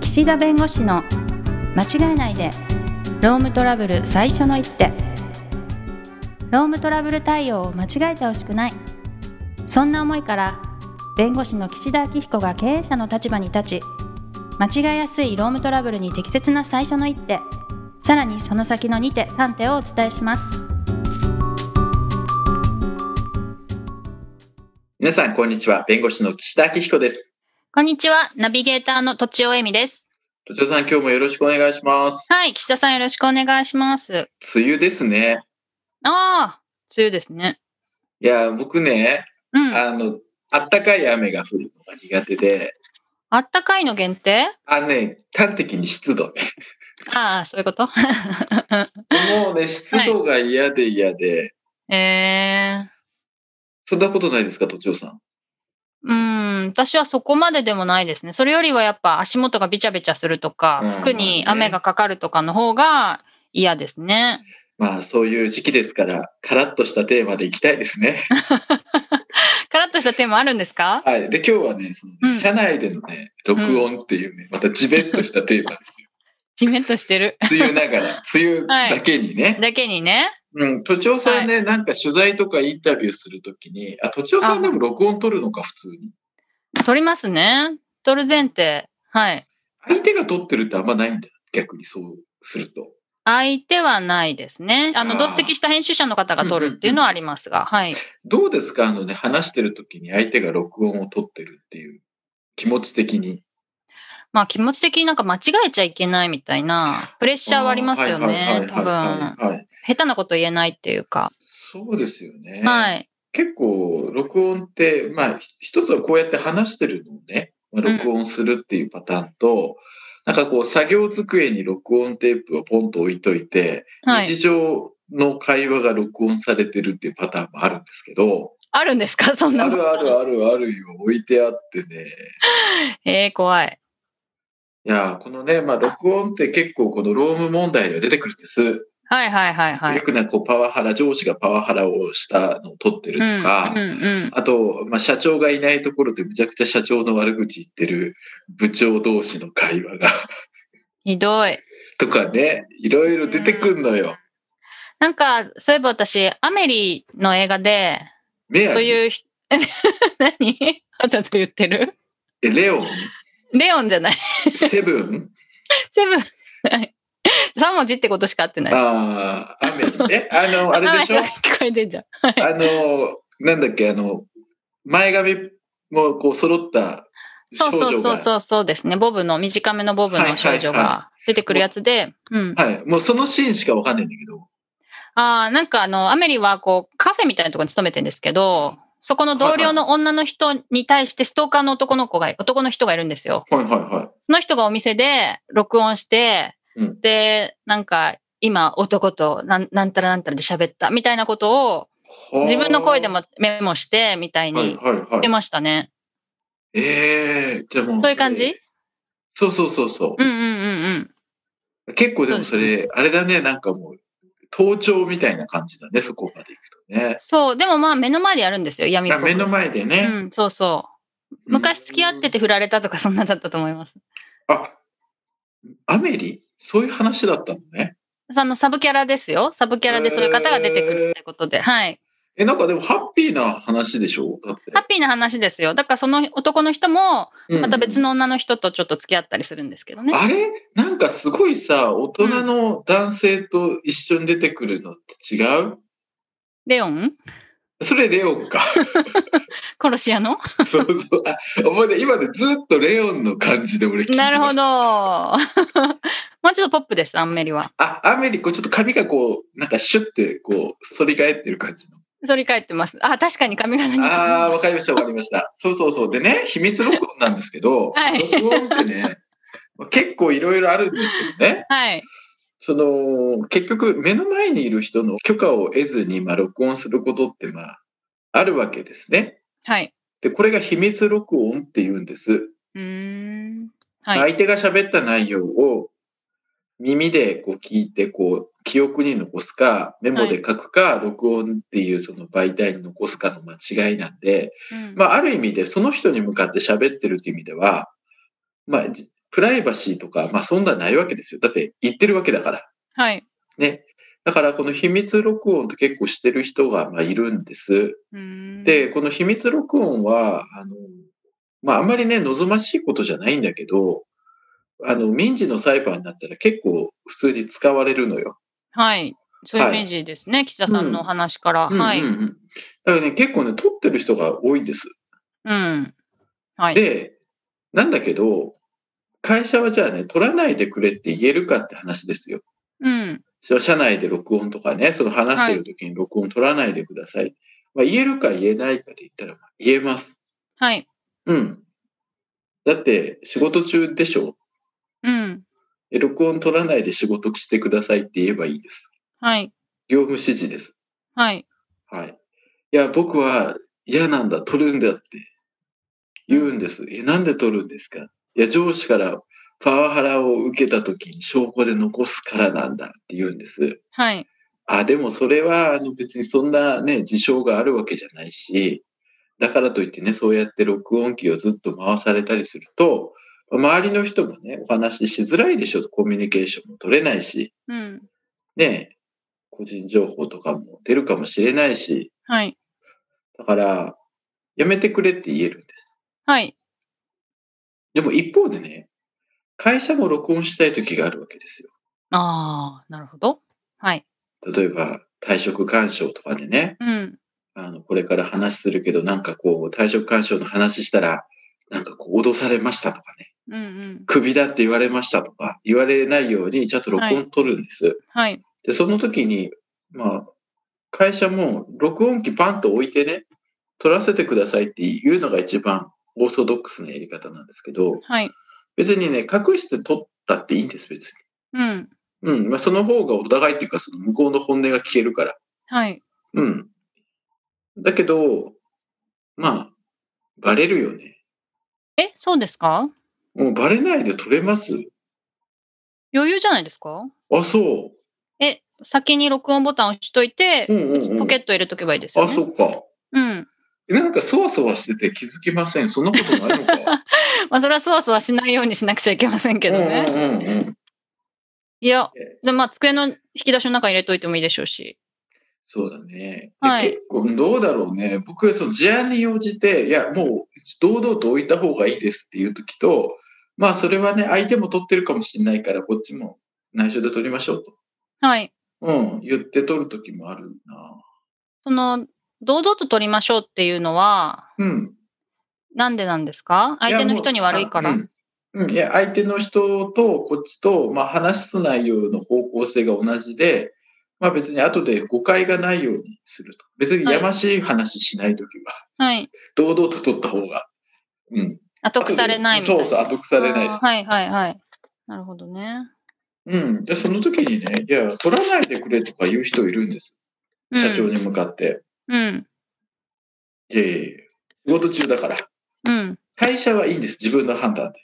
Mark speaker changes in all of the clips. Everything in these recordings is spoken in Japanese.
Speaker 1: 岸田弁護士の間違えないでロームトラブル最初の一手ロームトラブル対応を間違えてほしくないそんな思いから弁護士の岸田明彦が経営者の立場に立ち間違えやすいロームトラブルに適切な最初の一手さらにその先の2手3手をお伝えします
Speaker 2: 皆さん、こんにちは。弁護士の岸田明彦です。
Speaker 1: こんにちはナビゲーターのとちおえみです
Speaker 2: 土壌さん、今日もよろしくお願いします。
Speaker 1: はい岸田さんよろしくお願いします
Speaker 2: 梅雨ですね。
Speaker 1: ああ梅雨ですね
Speaker 2: いや、僕ね、
Speaker 1: うん
Speaker 2: あの、あったかい雨が降るのが苦手で、
Speaker 1: あったかいの限定
Speaker 2: あのね、端的に湿度ね。
Speaker 1: ああそういうこと
Speaker 2: もうね、湿度が嫌で嫌で、
Speaker 1: えー、
Speaker 2: そんなことないですか、土壌さん。
Speaker 1: うん私はそこまででもないですねそれよりはやっぱ足元がびちゃびちゃするとか、
Speaker 2: うん
Speaker 1: 服に雨がかかるとかの方が嫌ですね
Speaker 2: まあ、そういう時期ですから、カラッとしたテーマでいきたいで すね。
Speaker 1: カラッとしたテーマあるんですか
Speaker 2: はい。で、今日はね、そのね
Speaker 1: うん
Speaker 2: 車内でのね、録音っていうね、またジベッとしたテーマで すよ。
Speaker 1: ジメッとしてる
Speaker 2: 梅雨ながら、梅雨だけにね。
Speaker 1: だけにね
Speaker 2: うん、都庁さんね、なんか取材とかインタビューするときに、あ、都庁さんでも録音取るのか、普通に。
Speaker 1: 取りますね取る前提はい
Speaker 2: 相手が取ってるってあんまないんだよ。逆にそうすると。
Speaker 1: 相手はないですねあの
Speaker 2: あー
Speaker 1: 同席した編集者の方が取るっていうのはありますが、はい
Speaker 2: どうですかあのね、話してるときに相手が録音を取ってるっていう気持ち的に。
Speaker 1: まあ気持ち的になんか間違えちゃいけないみたいなプレッシャーはありますよね多分
Speaker 2: はいはい。
Speaker 1: 下手なこと言えないっていうか、
Speaker 2: そうですよね。
Speaker 1: はい
Speaker 2: 結構、録音って、まあ、ひ一つはこうやって話してるのをね、まあ
Speaker 1: うん
Speaker 2: 録音するっていうパターンと、なんかこう、作業机に録音テープをポンと置いといて、
Speaker 1: はい
Speaker 2: 日常の会話が録音されてるっていうパターンもあるんですけど、
Speaker 1: あるんですかそ ん
Speaker 2: あ
Speaker 1: なの
Speaker 2: るあるあるあるよ、置いてあってね。
Speaker 1: えー、怖い
Speaker 2: いやー、このね、まあ、録音って結構このローム問題では出てくるんです。
Speaker 1: はいはいはいは
Speaker 2: よ
Speaker 1: い
Speaker 2: くね、こう、パワハラ、上司がパワハラをしたのを撮ってる
Speaker 1: うん
Speaker 2: とか、
Speaker 1: うん
Speaker 2: あと、まあ、社長がいないところでめちゃくちゃ社長の悪口言ってる部長同士の会話が
Speaker 1: ひどい
Speaker 2: とかね、いろいろ出てくんのよ。
Speaker 1: なんかそういえば私アメリの映画で
Speaker 2: メア
Speaker 1: そう
Speaker 2: リー、
Speaker 1: いうひ 何 わざと言ってる
Speaker 2: えレオン、
Speaker 1: レオンじゃない
Speaker 2: セブン、
Speaker 1: セブンはい3文字ってことしか合ってないです
Speaker 2: ああ、アメリーね。あの、あれでしょ
Speaker 1: あ聞こえてんじゃん
Speaker 2: あの、なんだっけ、あの、前髪もこう揃った
Speaker 1: そ
Speaker 2: 少
Speaker 1: うそ
Speaker 2: 女
Speaker 1: うそ
Speaker 2: が、
Speaker 1: うそうそうですねボブの短めのボブの少
Speaker 2: はいは
Speaker 1: 女
Speaker 2: い
Speaker 1: が
Speaker 2: は
Speaker 1: 出てくるやつで、うん、
Speaker 2: はい、もうそのシーンしかわかんないんだけど、
Speaker 1: あーなんかあのアメリはこうカフェみたいなところに勤めてるんですけどそこの同僚の女の人に対してストーカーの男の子が男の人がいるんですよ。
Speaker 2: はいはいは
Speaker 1: その人がお店で録音して、
Speaker 2: うん
Speaker 1: でなんか今男となんなんたらなんたらで喋ったみたいなことを
Speaker 2: い。はあ
Speaker 1: 自分の声で、もメモしてみたい
Speaker 2: はい
Speaker 1: に
Speaker 2: はい
Speaker 1: して
Speaker 2: はい。
Speaker 1: ましたね。
Speaker 2: ええじゃあもう。
Speaker 1: そういう感じ
Speaker 2: そうそうそうそ
Speaker 1: うんうんうんうん。
Speaker 2: う。結構でもそ
Speaker 1: そう
Speaker 2: れ、あれだね、なんかもう、盗聴みたいな感じだね、そこまでいくとね。
Speaker 1: そうでもまあ目の前でやるんですよ闇っ
Speaker 2: あ
Speaker 1: ぽく
Speaker 2: 目の前でね。
Speaker 1: うん、そうそう。昔付き合ってて振られたとかそんなだったと思います。
Speaker 2: うん。あ、アメリそういう話だったのね。
Speaker 1: そのサブキャラですよ。サブキャラでそういう方が出てくるってことで、はい。
Speaker 2: え、なんかでもハッピーな話でしょだって。
Speaker 1: ハッピーな話ですよ。だからその男の人も、
Speaker 2: うん
Speaker 1: また別の女の人とちょっと付き合ったりするんですけどね。
Speaker 2: あれなんかすごいさ、大人の男性と一緒に出てくるのって違う、
Speaker 1: レオン
Speaker 2: それレオンか。
Speaker 1: 殺し屋の
Speaker 2: そうそう。あ、思い出今ね、ずっとレオンの感じで俺聞いてま し
Speaker 1: なる
Speaker 2: た
Speaker 1: ほ。ど。 もうちょっとポップです、アンメリは。
Speaker 2: あ、アメリ、こうちょっと髪がこう、なんかシュッて、こう、反り返ってる感じの。
Speaker 1: 反り返ってます。あ、確かに髪型に。
Speaker 2: ああ、わかりました、わかりました。そうそうそう。でね、秘密録音なんですけど、
Speaker 1: はい
Speaker 2: 録音ってね、まあ結構いろいろあるんですけどね。
Speaker 1: はい。
Speaker 2: その結局目の前にいる人の許可を得ずに、まあ、録音することってまああるわけですね。
Speaker 1: はい。
Speaker 2: でこれが秘密録音って言うんです。
Speaker 1: うーん。はい。
Speaker 2: 相手が喋った内容を耳でこう聞いてこう記憶に残すかメモで書くか、録音っていうその媒体に残すかの間違いなんで、
Speaker 1: うん
Speaker 2: まあ、ある意味でその人に向かって喋ってるっていう意味では、まあ、じプライバシーとか、まあそんなないわけですよ。だって言ってるわけだから。
Speaker 1: はい。
Speaker 2: ね。だからこの秘密録音って結構してる人がまあいるんです。
Speaker 1: うーん、
Speaker 2: で、この秘密録音は、あの、まああんまりね、望ましいことじゃないんだけど、あの、民事の裁判になったら結構普通に使われるのよ。
Speaker 1: はい。そういうイ
Speaker 2: はい
Speaker 1: メージですね。岸田さんのお話から。
Speaker 2: うんうんうん
Speaker 1: はい。うん。
Speaker 2: だからね、結構ね、撮ってる人が多いんです。
Speaker 1: はい。
Speaker 2: で、なんだけど、会社はじゃあね、取らないでくれって言えるかって話ですよ。
Speaker 1: うん。
Speaker 2: それは社内で録音とかね、その話してる時に録音取らないでください。まあ、言えるか言えないかで言ったら、まあ言えます。
Speaker 1: はい。
Speaker 2: うん。だって、仕事中でしょ
Speaker 1: うん。
Speaker 2: え録音取らないで仕事してくださいって言えばいいです。
Speaker 1: はい。
Speaker 2: 業務指示です。
Speaker 1: はい。
Speaker 2: はい。いや、僕は嫌なんだ、取るんだって言うんです。え、なんで取るんですかいや、上司からパワハラを受けた時に証拠で残すからなんだって言うんです。
Speaker 1: はい。
Speaker 2: あ、でもそれはあの別にそんなね、事象があるわけじゃないし、だからといってね、そうやって録音機をずっと回されたりすると、周りの人もね、お話ししづらいでしょ、コミュニケーションも取れないし、
Speaker 1: うん。
Speaker 2: ね、個人情報とかも出るかもしれないし、
Speaker 1: はい。
Speaker 2: だから、やめてくれって言えるんです。
Speaker 1: はい。
Speaker 2: でも一方でね、会社も録音したい時があるわけですよ。
Speaker 1: ああ、なるほど。はい。
Speaker 2: 例えば、退職勧奨とかでね、
Speaker 1: うん。
Speaker 2: あの、これから話するけど、なんかこう、退職勧奨の話したら、なんかこう、脅されましたとかね、
Speaker 1: うんうん。
Speaker 2: クビだって言われましたとか、言われないように、ちゃんと録
Speaker 1: は
Speaker 2: 音取るんです。
Speaker 1: はい。
Speaker 2: で、その時に、まあ、会社も録音機パンと置いてね、取らせてくださいっていうのが一番オーソドックスなやり方なんですけど、
Speaker 1: はい。
Speaker 2: 別にね、隠して撮ったっていいんです、別
Speaker 1: うん。
Speaker 2: に。うん。まあ、その方がお互いっていうか、その向こうの本音が聞けるから。
Speaker 1: はい。
Speaker 2: うん。だけど、まあ、バレるよね。
Speaker 1: え、そうですか
Speaker 2: もうバレないで撮れます
Speaker 1: 余裕じゃないですか
Speaker 2: あ、そ
Speaker 1: え、先に録音ボタン押しといて
Speaker 2: う。う、んうんう
Speaker 1: ポ
Speaker 2: ん
Speaker 1: ケ。ット入れとけばいいですよ、
Speaker 2: あ、
Speaker 1: ね。
Speaker 2: そっか。
Speaker 1: うん。
Speaker 2: なんか、そわそわしてて気づきません。そんなことないのか。
Speaker 1: まあ、それはそわそわしないようにしなくちゃいけません けどね。
Speaker 2: うんうんうんうん。
Speaker 1: いや、でまあ、机の引き出しの中に入れといてもいいでしょうし。
Speaker 2: そうだね。
Speaker 1: はい
Speaker 2: で結構どうだろうね。僕はその事案に応じて、いや、もう堂々と置いた方がいいですっていう時と、まあそれはね、相手も取ってるかもしれないから、こっちも内緒で取りましょうと。
Speaker 1: はい。
Speaker 2: うん、言って取る時もあるな。
Speaker 1: その、堂々と取りましょうっていうのは、
Speaker 2: うん。
Speaker 1: なんでなんですか相手の人に悪いから。
Speaker 2: やもうあうん、うんいや、相手の人とこっちと、まあ話す内容の方向性が同じで、まあ別に後で誤解がないようにすると。別にやましい話しない時は、
Speaker 1: はい。
Speaker 2: 堂々と取った方が。うん。
Speaker 1: 後腐れないみたい
Speaker 2: そ
Speaker 1: な。
Speaker 2: うそう、後腐れないで
Speaker 1: あ
Speaker 2: す
Speaker 1: ー。はいはいはい。なるほどね。
Speaker 2: うん。で、その時にね、いや、取らないでくれとか言う人いるんです。
Speaker 1: うん
Speaker 2: 社長に向かって。
Speaker 1: うん。
Speaker 2: いやいやいや仕事中だから。
Speaker 1: うん。
Speaker 2: 会社はいいんです、自分の判断で。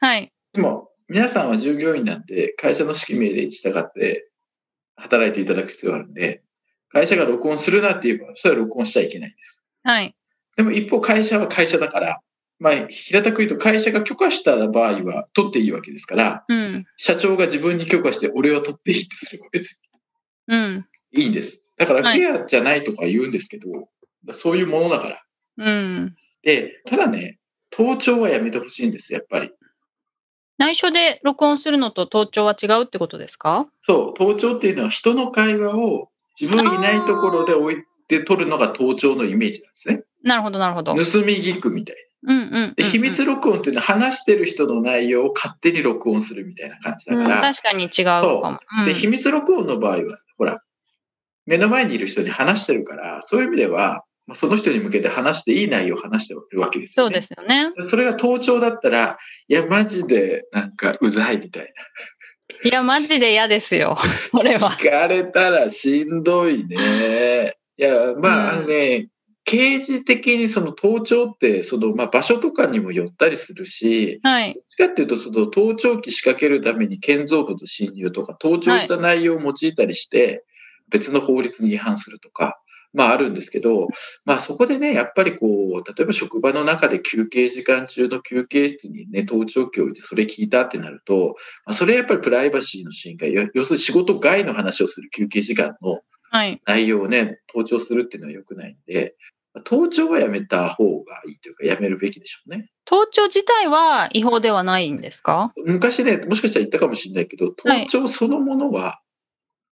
Speaker 1: はい。
Speaker 2: でも、皆さんは従業員なんで、会社の指揮命令に従って働いていただく必要があるんで、会社が録音するなって言えば、それは録音しちゃいけないんです。
Speaker 1: はい。
Speaker 2: でも一方、会社は会社だから、まあ、平たく言うと、会社が許可した場合は取っていいわけですから、
Speaker 1: うん。
Speaker 2: 社長が自分に許可して、俺は取っていいってすれば別に
Speaker 1: うん。
Speaker 2: いいんです。だからフ
Speaker 1: はい
Speaker 2: ェアじゃないとか言うんですけど、そういうものだから。
Speaker 1: うん。
Speaker 2: で、ただね、盗聴はやめてほしいんです、やっぱり。
Speaker 1: 内緒で録音するのと盗聴は違うってことですか
Speaker 2: そう、盗聴っていうのは人の会話を自分いないところで置いて取るのが盗聴のイメージなんですね。
Speaker 1: なるほどなるほど。うん
Speaker 2: 盗み聞くみたい
Speaker 1: うんうん、
Speaker 2: な。で、秘密録音っていうのは話してる人の内容を勝手に録音するみたいな感じだ
Speaker 1: うん
Speaker 2: から。
Speaker 1: 確かに違うかも。うん
Speaker 2: で、秘密録音の場合は、ほら、目の前にいる人に話してるから、そういう意味では、まあその人に向けて話していい内容を話してるわけです
Speaker 1: そ
Speaker 2: よ
Speaker 1: う
Speaker 2: ね。
Speaker 1: ですよね。
Speaker 2: それが盗聴だったら、いや、マジで、なんか、うざいみたい
Speaker 1: いや、マジで嫌ですよ。 これ
Speaker 2: な。
Speaker 1: は。
Speaker 2: 聞かれたらしんどいね。いや、まあ、
Speaker 1: うん
Speaker 2: あのね、刑事的にその盗聴って、その、まあ、場所とかにもよったりするし、
Speaker 1: はい。
Speaker 2: どっちかっていうと、その盗聴器仕掛けるために建造物侵入とか、盗聴した内容を用いたりして、別の法律に違反するとか、まああるんですけど、まあそこでね、やっぱりこう、例えば職場の中で休憩時間中の休憩室にね、盗聴器を置いてそれ聞いたってなると、まあ、それやっぱりプライバシーの侵害、要要するに仕事外の話をする休憩時間の
Speaker 1: はい。
Speaker 2: 内容をね、盗聴するっていうのは良くないんで、まあ盗聴はやめた方がいいというか、やめるべきでしょうね。
Speaker 1: 盗聴自体は違法ではないんですか
Speaker 2: 昔ね、もしかしたら言ったかもしれないけど、
Speaker 1: はい
Speaker 2: 盗聴そのものは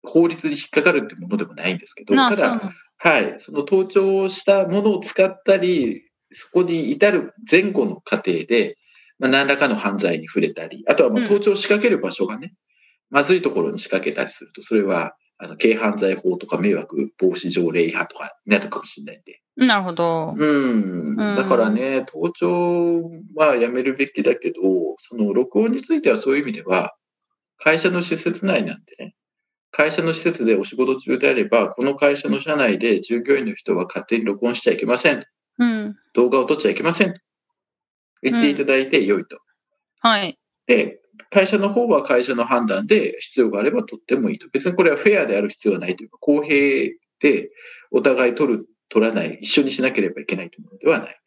Speaker 2: 法律に引っかかるってものでもないんですけど、
Speaker 1: な
Speaker 2: た
Speaker 1: そう
Speaker 2: だ、
Speaker 1: な
Speaker 2: はい、その盗聴をしたものを使ったり、そこに至る前後の過程で、まあ、何らかの犯罪に触れたり、あとはもう
Speaker 1: うん
Speaker 2: 盗聴を仕掛ける場所がね、まずいところに仕掛けたりすると、それはあの軽犯罪法とか迷惑防止条例違反とかになるかもしれないんで、
Speaker 1: なるほど。
Speaker 2: うん、だからね、盗聴はやめるべきだけど、その録音についてはそういう意味では、会社の施設内なんでね、会社の施設でお仕事中であれば、この会社の社内で従業員の人は勝手に録音しちゃいけません。
Speaker 1: うん。
Speaker 2: 動画を撮っちゃいけません。と言っていただいて良いと。
Speaker 1: はい。
Speaker 2: で、会社の方は会社の判断で必要があれば取ってもいいと。別にこれはフェアである必要はないというか、公平でお互い取る、取らない、一緒にしなければいけないというものではない。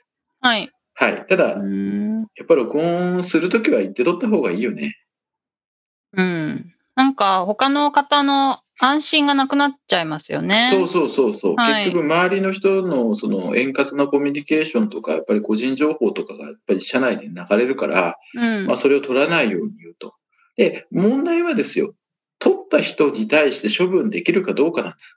Speaker 1: はい。
Speaker 2: はい。ただ
Speaker 1: う、ん。
Speaker 2: やっぱ録音するときは言って取った方がいいよね。
Speaker 1: うん。なんか、他の方の安心がなくなっちゃいますよね。
Speaker 2: そうそうそうそう。
Speaker 1: はい
Speaker 2: 結局周りの人のその円滑なコミュニケーションとか、やっぱり個人情報とかがやっぱり社内で流れるから、
Speaker 1: うん。
Speaker 2: まあ、それを取らないように言うと。で、問題はですよ。取った人に対して処分できるかどうかなんです。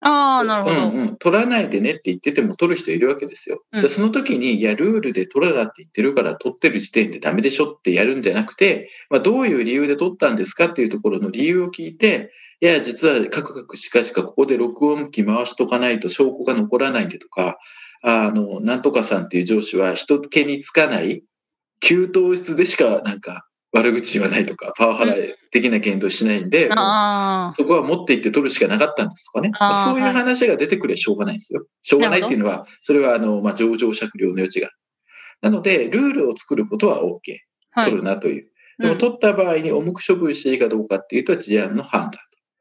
Speaker 1: ああ、なるほど。
Speaker 2: うんうん。取らないでねって言ってても取る人いるわけですよ。
Speaker 1: うん
Speaker 2: でその時に、いや、ルールで取らだって言ってるから取ってる時点でダメでしょってやるんじゃなくて、まあ、どういう理由で取ったんですかっていうところの理由を聞いて、いや、実はカクカクしかしかここで録音機回しとかないと証拠が残らないんでとか、あの、なんとかさんっていう上司は人気につかない、給湯室でしかなんか悪口言わないとか、パワハラ的な言動しないんで、もう
Speaker 1: あ
Speaker 2: そこは持って行って取るしかなかったんですとかね。
Speaker 1: あー
Speaker 2: まあそういう話が出てくればしょうがないんですよ。しょうがないっていうのは、それはあの、まあ、上場酌量の余地がある。なので、ルールを作ることは OK。
Speaker 1: あ、はい。
Speaker 2: 取るなという。
Speaker 1: う
Speaker 2: でも
Speaker 1: ん
Speaker 2: 取った場合に重く処分していいかどうかっていうと事案の判断。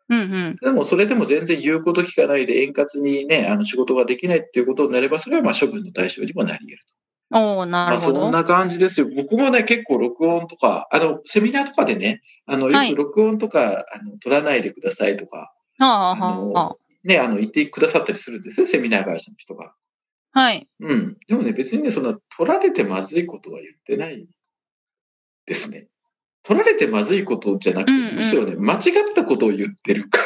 Speaker 1: うん
Speaker 2: でもそれでも全然言うこと聞かないで円滑にね、あの仕事ができないっていうことになれば、それはまあ処分の対象にもなり得る。
Speaker 1: うん。おおな
Speaker 2: ま
Speaker 1: る
Speaker 2: あ、
Speaker 1: ほ
Speaker 2: そん
Speaker 1: ど。
Speaker 2: な感じですよ。僕もね、結構録音とか、あの、セミナーとかでね、あの、
Speaker 1: はい
Speaker 2: よく録音とか、あの取らないでくださいとか、
Speaker 1: はあ、は
Speaker 2: あの
Speaker 1: あ、は
Speaker 2: ね、あの、言ってくださったりするんですね、セミナー会社の人が。
Speaker 1: あ。はい。
Speaker 2: うん。でもね、別にね、そんな、取られてまずいことは言ってないですね。取られてまずいことじゃなくて、
Speaker 1: うんうん
Speaker 2: むしろね、間違ったことを言ってる か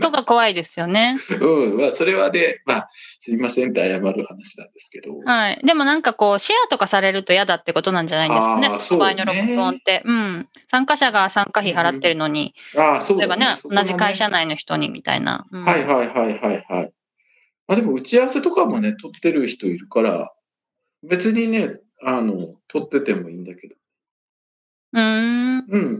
Speaker 1: とか怖いですよ ね。
Speaker 2: ら。うん。まあ、それはね、まあ、すいませんって謝る話なんですけど。
Speaker 1: はい。でもなんかこう、シェアとかされると嫌だってことなんじゃないんですかね
Speaker 2: あ、ー
Speaker 1: その場合の
Speaker 2: そうね
Speaker 1: 録音って。うん。参加者が参加費払ってるのに、
Speaker 2: ああ、そう
Speaker 1: 例えば
Speaker 2: だ、ね
Speaker 1: ね。
Speaker 2: そこが
Speaker 1: 同じ会社内の人にみたいな。うん
Speaker 2: はいはいはいはいはい。まあでも打ち合わせとかもね、撮ってる人いるから、別にね、あの、撮っててもいいんだけど。
Speaker 1: うーん。
Speaker 2: うん。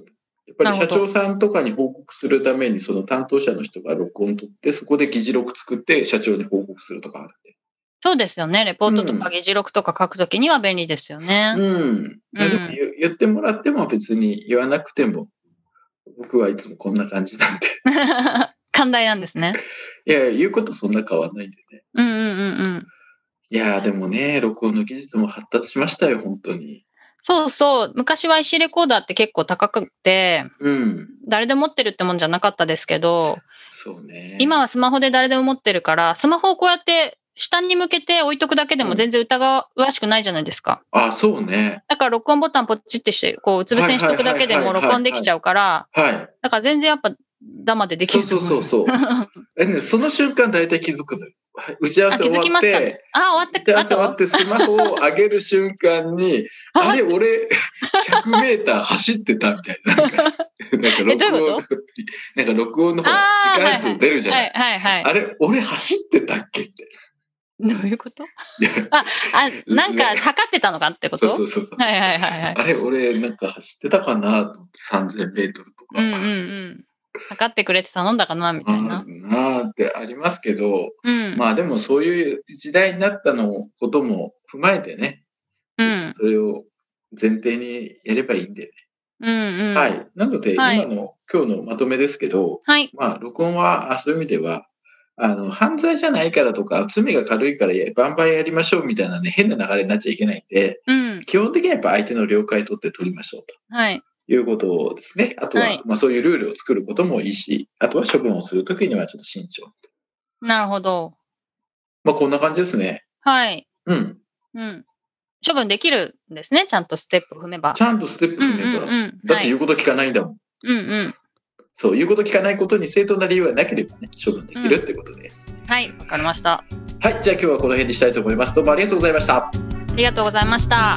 Speaker 2: やっぱり
Speaker 1: な
Speaker 2: 社
Speaker 1: るほ
Speaker 2: 長さんとかに報告するために、その担当者の人が録音取って、そこで議事録作って社長に報告するとかあるんで。
Speaker 1: そうですよね。レポートと
Speaker 2: う
Speaker 1: か
Speaker 2: ん
Speaker 1: 議事録とか書くときには便利ですよね。
Speaker 2: うん。まあでも
Speaker 1: うん
Speaker 2: 言言ってもらっても別に言わなくても、僕はいつもこんな感じなんで。
Speaker 1: 寛大なんですね。
Speaker 2: いやいや、言うことそんな変わんないんでね。
Speaker 1: うんうんうんうん。
Speaker 2: いやーでもね、録音の技術も発達しましたよ、本当に。
Speaker 1: そうそう。昔は IC レコーダーって結構高くて、
Speaker 2: うん。
Speaker 1: 誰でも持ってるってもんじゃなかったですけど、
Speaker 2: そうね。
Speaker 1: 今はスマホで誰でも持ってるから、スマホをこうやって下に向けて置いとくだけでも全然疑わしくないじゃないですか。
Speaker 2: あ、そうね。
Speaker 1: だから録音ボタンポチってして、こう、うつ伏せにしとくだけでも録音できちゃうから、
Speaker 2: はい。
Speaker 1: だから全然やっぱ、ダマででき
Speaker 2: そう
Speaker 1: ると
Speaker 2: そう
Speaker 1: 思
Speaker 2: そうそう。えね、その瞬間大体気づくのよ。はい打ち合わ
Speaker 1: あ
Speaker 2: せ
Speaker 1: 気
Speaker 2: 終
Speaker 1: づき
Speaker 2: わ
Speaker 1: ま
Speaker 2: っ
Speaker 1: すかね
Speaker 2: て、。
Speaker 1: あ、終わ
Speaker 2: 打
Speaker 1: っ
Speaker 2: ち合
Speaker 1: た、
Speaker 2: わ
Speaker 1: あ
Speaker 2: せ終わ
Speaker 1: と
Speaker 2: ってスマホを上げる瞬間に、 あれ、俺、100メーター走ってたみたいな。な んか、なんか
Speaker 1: どう
Speaker 2: 録
Speaker 1: いう
Speaker 2: 音
Speaker 1: こ、
Speaker 2: なんか録音の方が
Speaker 1: あー
Speaker 2: 時間数出るじゃな。
Speaker 1: はいいはいはい。
Speaker 2: あれ、俺走ってたっけみ
Speaker 1: どういうこと
Speaker 2: たいな。
Speaker 1: あ、あ、なんか測ってたのかってこ
Speaker 2: そ
Speaker 1: と
Speaker 2: うそうそうそう。
Speaker 1: はいはいはいはい。
Speaker 2: あれ、俺、なんか走ってたかなと思って3000メートルと
Speaker 1: うんうん
Speaker 2: か。
Speaker 1: うん。測ってくれて頼んだかなみたい
Speaker 2: あ
Speaker 1: な。
Speaker 2: ーなーってありますけど、
Speaker 1: うん。
Speaker 2: まあでもそういう時代になったのことも踏まえてね、
Speaker 1: うん。
Speaker 2: それを前提にやればいいんで、
Speaker 1: うんうん。
Speaker 2: は。い。なので、
Speaker 1: はい
Speaker 2: 今の今日のまとめですけど、
Speaker 1: はい。
Speaker 2: まあ、録音はあそういう意味ではあの、犯罪じゃないからとか、罪が軽いからやバンバンやりましょうみたいなね、変な流れになっちゃいけないんで、
Speaker 1: うん。
Speaker 2: 基本的にはやっぱ相手の了解取って取りましょうと
Speaker 1: はい。
Speaker 2: いうことですね。あとは、
Speaker 1: はい
Speaker 2: まあそういうルールを作ることもいいし、あとは処分をするときにはちょっと慎重。
Speaker 1: なるほど。
Speaker 2: まあこんな感じですね。
Speaker 1: はい。
Speaker 2: うん。
Speaker 1: うん。処分できるんですね。ちゃんとステップ踏めば
Speaker 2: ち。ゃんとステップ
Speaker 1: うんう
Speaker 2: 踏
Speaker 1: ん
Speaker 2: めば。
Speaker 1: うん。
Speaker 2: だっ
Speaker 1: は
Speaker 2: て
Speaker 1: い
Speaker 2: 言うこと聞かないんだもん。
Speaker 1: うんうん。
Speaker 2: そう、言うこと聞かないことに正当な理由がなければね、処分できるってことです。
Speaker 1: はい。わかりました。
Speaker 2: はい、じゃあ今日はこの辺にしたいと思います。どうもありがとうございました。
Speaker 1: ありがとうございました。